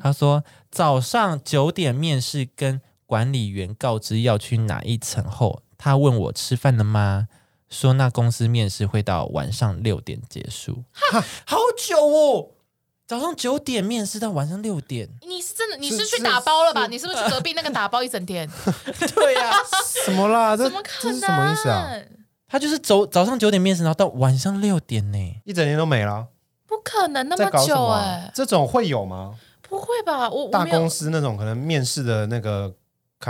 Speaker 1: 他说早上九点面试，跟管理员告知要去哪一层后，他问我吃饭了吗？说那公司面试会到晚上六点结束，好久哦，早上九点面试到晚上六点， <laughs>
Speaker 3: 你是真的，你
Speaker 2: 是
Speaker 3: 是去
Speaker 2: 是
Speaker 3: 打包了吧？你是不是去隔壁那个打包一整天？
Speaker 1: 对啊呀、
Speaker 2: 什么啦？这
Speaker 3: 怎么
Speaker 2: 这
Speaker 3: 可能？
Speaker 2: 是什么意思啊？？
Speaker 1: 他就是走早上九点面试，然后到晚上六点呢，
Speaker 2: 一整年都没了，
Speaker 3: 不可能那
Speaker 2: 在搞
Speaker 3: 么
Speaker 2: 什
Speaker 3: 久
Speaker 2: 么
Speaker 3: 哎
Speaker 2: 啊？，这种会有吗？
Speaker 3: 不会吧？我我
Speaker 2: 大
Speaker 3: 没有
Speaker 2: 公。司那种可能面试的那个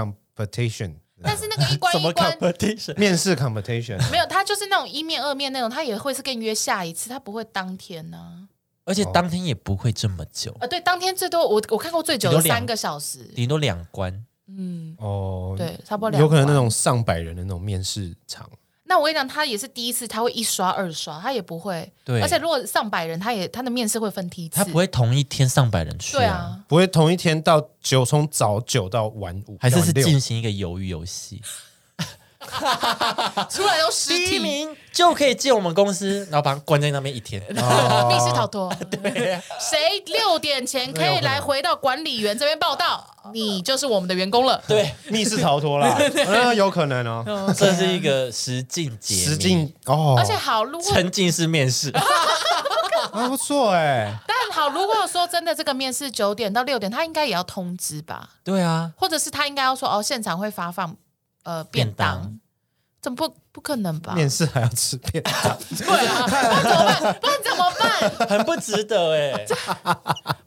Speaker 2: competition，
Speaker 3: 但是那个一关 <laughs>
Speaker 1: 什
Speaker 3: 一
Speaker 1: 么
Speaker 3: 关
Speaker 1: competition？
Speaker 2: 面试 competition，
Speaker 3: 没有，他就是那种一面二面那种，他也会是跟你约下一次，他不会当天呢、
Speaker 1: 而且当天也不会这么久
Speaker 3: 啊。，呃，对，当天最多我我看过最久的
Speaker 1: 顶多两
Speaker 3: 三个小时。
Speaker 1: 顶多两关。
Speaker 3: 嗯，
Speaker 2: 哦，
Speaker 3: 对，差不多两
Speaker 2: 有可能
Speaker 3: 关
Speaker 2: 那种上百人的那种面试场，
Speaker 3: 那我跟你讲，他也是第一次，他会一刷二刷，他也不会。
Speaker 1: 对
Speaker 3: 而且如果上百人，他也他的面试会分梯次，
Speaker 1: 他不会同一天上百人去、
Speaker 3: 对啊，
Speaker 2: 不会同一天到九，从早九到晚五，
Speaker 1: 还是是
Speaker 2: 到六
Speaker 1: 进行一个鱿鱼游戏，
Speaker 3: 出来都尸体，密
Speaker 1: 名就可以进我们公司，然后把他关在那边一
Speaker 3: <laughs>
Speaker 1: 天。
Speaker 3: 室逃脱。谁六点前可以来回到管理员这边报道，你就是我们的员工了。
Speaker 1: 对，
Speaker 2: 密室逃脱
Speaker 1: <laughs>
Speaker 2: 啦，嗯，有可能哦，
Speaker 3: 嗯
Speaker 1: 这是一个实境解密
Speaker 2: 实境哦，
Speaker 3: 而且好，如果
Speaker 1: 沉浸式面
Speaker 3: <laughs>
Speaker 1: 试，
Speaker 2: 还啊不错哎，
Speaker 3: 但好，如果说真的这个面试九点到六点，他应该也要通知吧？
Speaker 1: 对啊，
Speaker 3: 或者是他应该要说哦，现场会发放呃便
Speaker 1: 便
Speaker 3: 当，
Speaker 1: 当
Speaker 3: 怎么不不可能吧？
Speaker 2: 面试还要吃便当，
Speaker 3: 对啊，不然怎么办？不然怎么办？
Speaker 1: 很不值得哎、
Speaker 3: <laughs>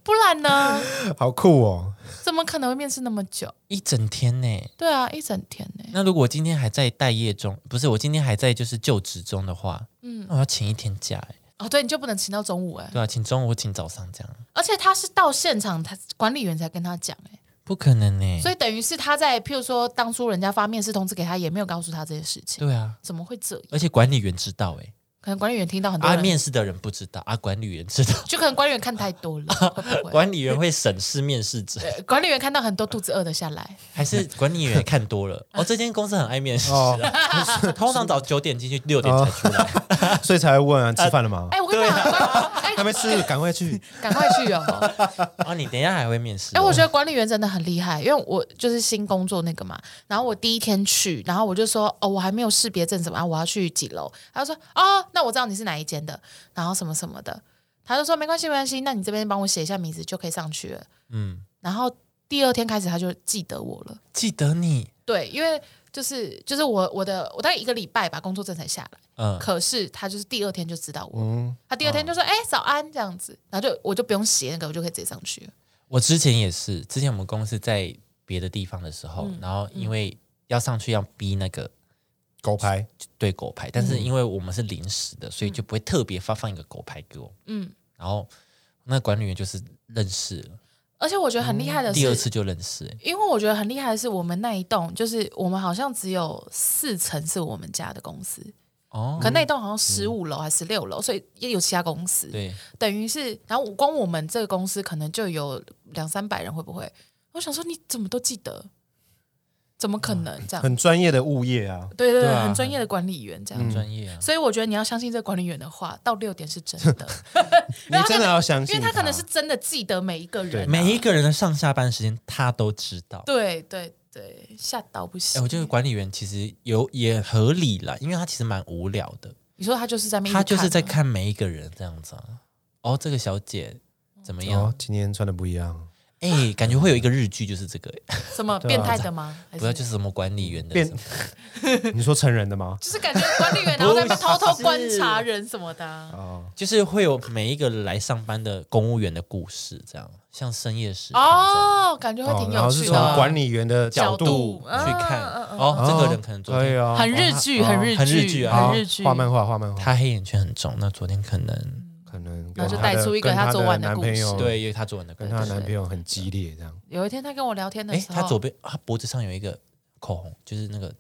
Speaker 3: 不然呢？
Speaker 2: 好酷哦！
Speaker 3: 怎么可能会面试那么久？
Speaker 1: 一整天呢、
Speaker 3: 对啊，一整天呢、
Speaker 1: 那如果我今天还在待业中，不是我今天还在就是就职中的话，嗯，我要请一天假哎、
Speaker 3: 哦，对，你就不能请到中午哎、
Speaker 1: 对啊，请中午或请早上这样，
Speaker 3: 而且他是到现场，他管理员才跟他讲哎、
Speaker 1: 不可能欸呢、
Speaker 3: 所
Speaker 1: 以
Speaker 3: 以等于是他在，譬如说当初人家发面试通知给他，也没有告诉他这件事情，
Speaker 1: 对啊，
Speaker 3: 怎么会这样？
Speaker 1: 而且管理员知道哎、
Speaker 3: 可能管理员听到很多
Speaker 1: 啊，
Speaker 3: 人，
Speaker 1: 面试的人不知道啊，管理员知道，
Speaker 3: 就可能管理员看太
Speaker 1: <laughs>
Speaker 3: 多了，会不会？
Speaker 1: 管理员会审视面试者，
Speaker 3: 呃管理员看到很多肚子饿的下来，
Speaker 1: 还是 <laughs> 管理员看多了？ <laughs> 哦，这间公司很爱面试啊， <laughs> 通常早九点进去，六点才出来。 <laughs>
Speaker 2: 所以才会问啊，吃饭了吗？
Speaker 3: 哎、我跟你讲，哎、
Speaker 2: 还没吃，赶快去。
Speaker 3: 赶快去哦！
Speaker 1: 啊，你等一下还会面试哦？
Speaker 3: 哎、我觉得管理员真的很厉害，因为我就是新工作那个嘛，然后我第一天去，然后我就说哦，我还没有识别证怎么样，我要去几楼？他就说哦，那我知道你是哪一间的，然后什么什么的，他就说没关系没关系，那你这边帮我写一下名字就可以上去了。
Speaker 1: 嗯，
Speaker 3: 然后第二天开始他就记得我了，
Speaker 1: 记得你，
Speaker 3: 对，因为就是就是我我的我大概一个礼拜吧，工作证才下来。
Speaker 1: 嗯，
Speaker 3: 可是他就是第二天就知道我，
Speaker 2: 嗯，
Speaker 3: 他第二天就说：“哎、早安。”这样子，然后就我就不用写那个，我就可以直接上去了。
Speaker 1: 我之前也是，之前我们公司在别的地方的时候，然后因为要上去要逼那个
Speaker 2: 狗牌，
Speaker 1: 对狗牌，但是因为我们是临时的，所以就不会特别发放一个狗牌给我。
Speaker 3: 嗯，
Speaker 1: 然后那管理员就是认识了，
Speaker 3: 而且我觉得很厉害的是，
Speaker 1: 第二次就认识、欸，
Speaker 3: 因为我觉得很厉害的是，我们那一栋就是我们好像只有四层是我们家的公司，
Speaker 1: 哦，
Speaker 3: 可那一栋好像十五楼还是十六楼，所以也有其他公司。
Speaker 1: 对，
Speaker 3: 等于是，然后光我们这个公司可能就有两三百人，会不会？我想说，你怎么都记得？怎么可能这样？
Speaker 2: 很专业的物业啊。
Speaker 3: 对对对，
Speaker 1: 嗯对啊
Speaker 3: 很专业的管理员这样。
Speaker 1: 很专业啊。
Speaker 3: 所以我觉得你要相信这个管理员的话，到六点是真
Speaker 1: <laughs>
Speaker 3: 的，
Speaker 2: 你真的要相
Speaker 3: 因
Speaker 2: 信，
Speaker 3: 为他可能是真的记得每一个人啊、
Speaker 1: 每一个人的上下班时间他都知道。
Speaker 3: 对对对，吓到不
Speaker 1: 哎、
Speaker 3: 行。
Speaker 1: 我觉得管理员其实有也合理啦，因为他其实蛮无聊的，
Speaker 3: 你说他就是在那边一直
Speaker 1: 他就是在
Speaker 3: 啊
Speaker 1: 看每一个人这样子啊。哦，这个小姐怎么样
Speaker 2: 哦，？今天穿的不一样，
Speaker 1: 哎、感觉会有一个日剧就是这个、欸，
Speaker 3: 什么变态的吗？还
Speaker 1: 不要就是什么管理员的
Speaker 2: 变
Speaker 1: 什么，
Speaker 2: 你说成人的吗？
Speaker 3: 就是感觉管理员然后在那边偷偷观察人什么的啊。
Speaker 2: 哦，
Speaker 1: 就是会有每一个来上班的公务员的故事，这样像深夜食堂这样
Speaker 3: 哦，感觉会
Speaker 2: 哦
Speaker 3: 挺
Speaker 2: 然
Speaker 3: 有
Speaker 2: 后是
Speaker 3: 趣
Speaker 2: 从
Speaker 3: 的啊，
Speaker 2: 管理员的角
Speaker 3: 角
Speaker 1: 度
Speaker 2: 度，
Speaker 1: 去
Speaker 3: 啊
Speaker 1: 看、
Speaker 3: 嗯嗯
Speaker 1: 哦，这个人可能昨
Speaker 2: 对
Speaker 1: 天、
Speaker 2: 啊，
Speaker 3: 很日剧，
Speaker 2: 哦
Speaker 3: 很日
Speaker 1: 很日剧
Speaker 3: 剧，
Speaker 1: 啊
Speaker 2: 哦
Speaker 3: 很日剧。
Speaker 2: 画漫画，画漫画，
Speaker 1: 他黑眼圈很重，那昨天可能
Speaker 2: 可能
Speaker 3: 然后就
Speaker 2: 跟她的
Speaker 3: 带出一个
Speaker 2: 跟她
Speaker 3: 她昨晚的
Speaker 2: 男
Speaker 3: 故事
Speaker 2: 朋友，
Speaker 1: 哦对，因为他昨晚的故
Speaker 2: 跟
Speaker 1: 事，
Speaker 2: 她男朋友很激烈这样。
Speaker 3: 有一天他跟我聊天的
Speaker 1: 哎、
Speaker 3: 时候，
Speaker 1: 他左边他脖子上有一个口红，就是那个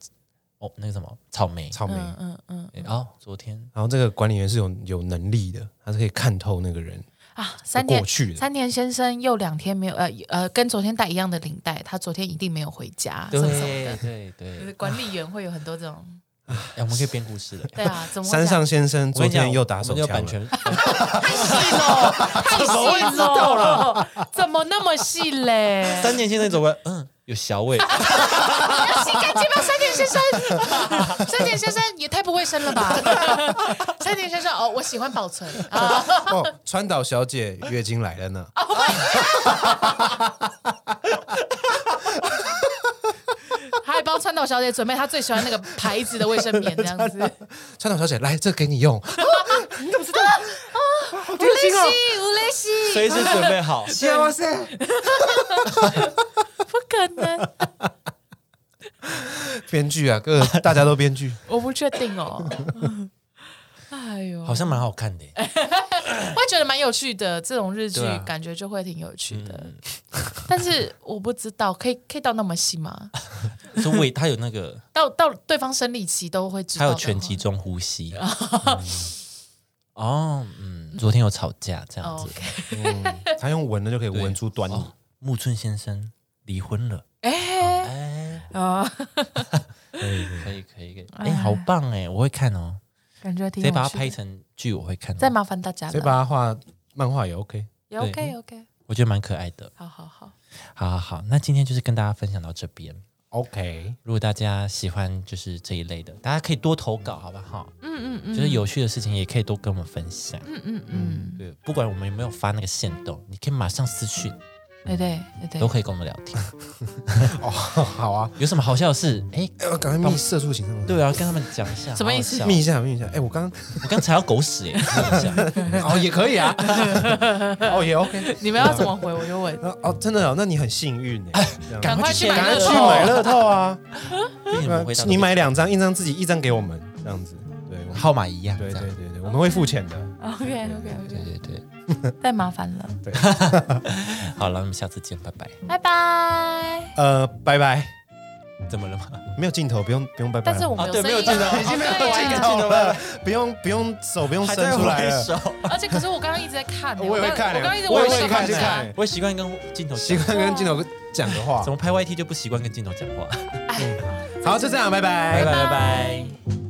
Speaker 1: 哦那个什么草莓，
Speaker 2: 草莓。
Speaker 3: 嗯嗯嗯
Speaker 1: 哎哦昨天
Speaker 2: 然后这个管理员是有有能力的，他是可以看透那个人
Speaker 3: 啊，三
Speaker 2: 过
Speaker 3: 点
Speaker 2: 去的。
Speaker 3: 三田先生又两天没有呃呃，跟昨天带一样的领带，他昨天一定没有回家，什么什么
Speaker 1: 对
Speaker 3: 的。
Speaker 1: 对
Speaker 3: 就是
Speaker 1: 对，
Speaker 3: 管理员会有很多这种，
Speaker 1: 哎、我们可以编故事了。
Speaker 3: <laughs> 对啊，怎么
Speaker 2: 山
Speaker 3: 会这样
Speaker 2: 上先生
Speaker 1: 我
Speaker 2: 昨
Speaker 1: 跟你讲，
Speaker 2: 天又打手
Speaker 1: 我们就
Speaker 2: 枪
Speaker 1: 版
Speaker 2: 了，
Speaker 1: 权，
Speaker 3: 细了？太细了， <laughs> 怎么那么细嘞？
Speaker 1: 三年前那走过来，嗯，有小伟，
Speaker 3: 洗干净吧，山田先生。山田先生也太不卫生了吧！ <laughs> 山田先生，哦，我喜欢保存啊，
Speaker 2: 哦，川岛小姐月经来了呢，
Speaker 3: 还帮川岛小姐准备她最喜欢那个牌子的卫生棉，这样
Speaker 1: <laughs>
Speaker 3: 子。
Speaker 2: 川岛小姐来，这给你用，
Speaker 3: 无雷
Speaker 1: 哦
Speaker 3: 西，无雷西，
Speaker 1: 随时准备好。
Speaker 2: 哇塞，
Speaker 3: 不可能，
Speaker 2: 编剧啊，各大家都编剧，
Speaker 3: 我不确定哦。哎呦，
Speaker 1: 好像蛮好看的耶，
Speaker 3: 会觉得蛮有趣的，这种日剧
Speaker 1: 对啊嗯
Speaker 3: 感觉就会挺有趣的。 <laughs> 但是我不知道，可以可以到那么细吗？
Speaker 1: 就为他有那
Speaker 3: <laughs>
Speaker 1: 个，
Speaker 3: 到到对方生理期都会知
Speaker 1: 他
Speaker 3: 道的
Speaker 1: 有
Speaker 3: 话，
Speaker 1: 全集中呼
Speaker 3: <laughs>
Speaker 1: 吸。嗯哦，嗯，昨天有吵架这样
Speaker 3: 哦
Speaker 1: 子。
Speaker 3: ，OK。
Speaker 2: 嗯他用闻的就可以
Speaker 1: 对
Speaker 2: 闻出端倪。
Speaker 1: 哦木村先生离婚了，
Speaker 3: <laughs> 哎
Speaker 1: 哎，
Speaker 3: 啊，
Speaker 1: 可以可以可以，可以哎，好棒哎，我会看哦，
Speaker 3: 感觉挺
Speaker 1: 直接
Speaker 3: 有趣的
Speaker 1: 把它拍成剧，我会看哦。
Speaker 3: 再麻烦大家
Speaker 2: 所以
Speaker 3: 了，
Speaker 2: 把它画漫画也 OK。
Speaker 3: 也 OK OK，
Speaker 1: 我觉得蛮可爱的。
Speaker 3: 好好好，
Speaker 1: 好好好，那今天就是跟大家分享到这边。
Speaker 2: OK， <laughs>
Speaker 1: 如果大家喜欢就是这一类的，大家可以多投稿，好不好？
Speaker 3: 嗯嗯嗯，
Speaker 1: 就是有趣的事情也可以多跟我们分享。
Speaker 3: 嗯嗯嗯，
Speaker 1: 对，不管我们有没有发那个线动，你可以马上私讯，
Speaker 3: 对对对
Speaker 1: 嗯都
Speaker 3: 对，
Speaker 1: 可以跟我们聊
Speaker 3: <laughs>
Speaker 1: 天。
Speaker 2: 哦，好啊，
Speaker 1: 有什么好笑的事？哎，
Speaker 2: 哎，我 <laughs> 赶快密社畜情上，
Speaker 1: 对啊，跟他们讲一下。
Speaker 3: 什么意思
Speaker 1: 好好
Speaker 2: 密
Speaker 1: 笑
Speaker 2: 一下，密一下。哎，我刚
Speaker 1: 我刚才要狗屎
Speaker 3: <laughs>
Speaker 1: 耶！开玩笑
Speaker 2: <laughs> 哦也可以啊，哦也 <laughs> OK。
Speaker 3: 你们要怎么回我就
Speaker 1: <laughs>
Speaker 3: 问。
Speaker 2: 那哦，真的哦，那你很幸运哎，这样
Speaker 3: 赶快去买
Speaker 2: 赶快
Speaker 3: 乐
Speaker 2: 去
Speaker 3: 透
Speaker 2: 买乐透啊！
Speaker 1: 因为你们回答
Speaker 2: 你买两张，一张自己，一张给我们，这样子。对，我们
Speaker 4: 号码一样，
Speaker 2: <laughs> 对
Speaker 4: 这样
Speaker 2: 对对对，我们会付钱的。
Speaker 3: OK OK
Speaker 4: 对
Speaker 1: <laughs>
Speaker 3: OK，
Speaker 4: 对对。
Speaker 3: 太麻烦了，
Speaker 1: 好了，我们下次见，拜拜。
Speaker 3: 拜拜。
Speaker 2: 呃，拜拜，
Speaker 1: 怎么了吗？
Speaker 2: 没有镜头，不用不用拜拜
Speaker 3: 但
Speaker 2: 了。
Speaker 3: 是我们
Speaker 1: 啊
Speaker 3: 有
Speaker 1: 对
Speaker 3: 声
Speaker 1: 没有
Speaker 3: 音啊
Speaker 1: 镜头
Speaker 3: 哦
Speaker 1: 已经没有
Speaker 3: 对啊
Speaker 1: 镜头
Speaker 2: 镜头了， <laughs> 不用不用手不用伸
Speaker 1: <laughs>
Speaker 2: 出来
Speaker 1: 还
Speaker 2: 了，
Speaker 1: 在挥手
Speaker 3: 而且可是我刚刚一直在看欸，
Speaker 2: 我也会
Speaker 3: 刚
Speaker 2: 看欸
Speaker 3: 我刚刚一直
Speaker 2: 我也会
Speaker 3: 手
Speaker 2: 看
Speaker 3: 机
Speaker 2: 去看
Speaker 1: 我习惯跟镜头
Speaker 2: 习
Speaker 1: 讲，
Speaker 2: 惯跟镜头讲的话
Speaker 1: 怎。么拍 YT 就不习惯跟镜头讲话。
Speaker 2: 好，就这样，拜拜
Speaker 1: 拜拜拜。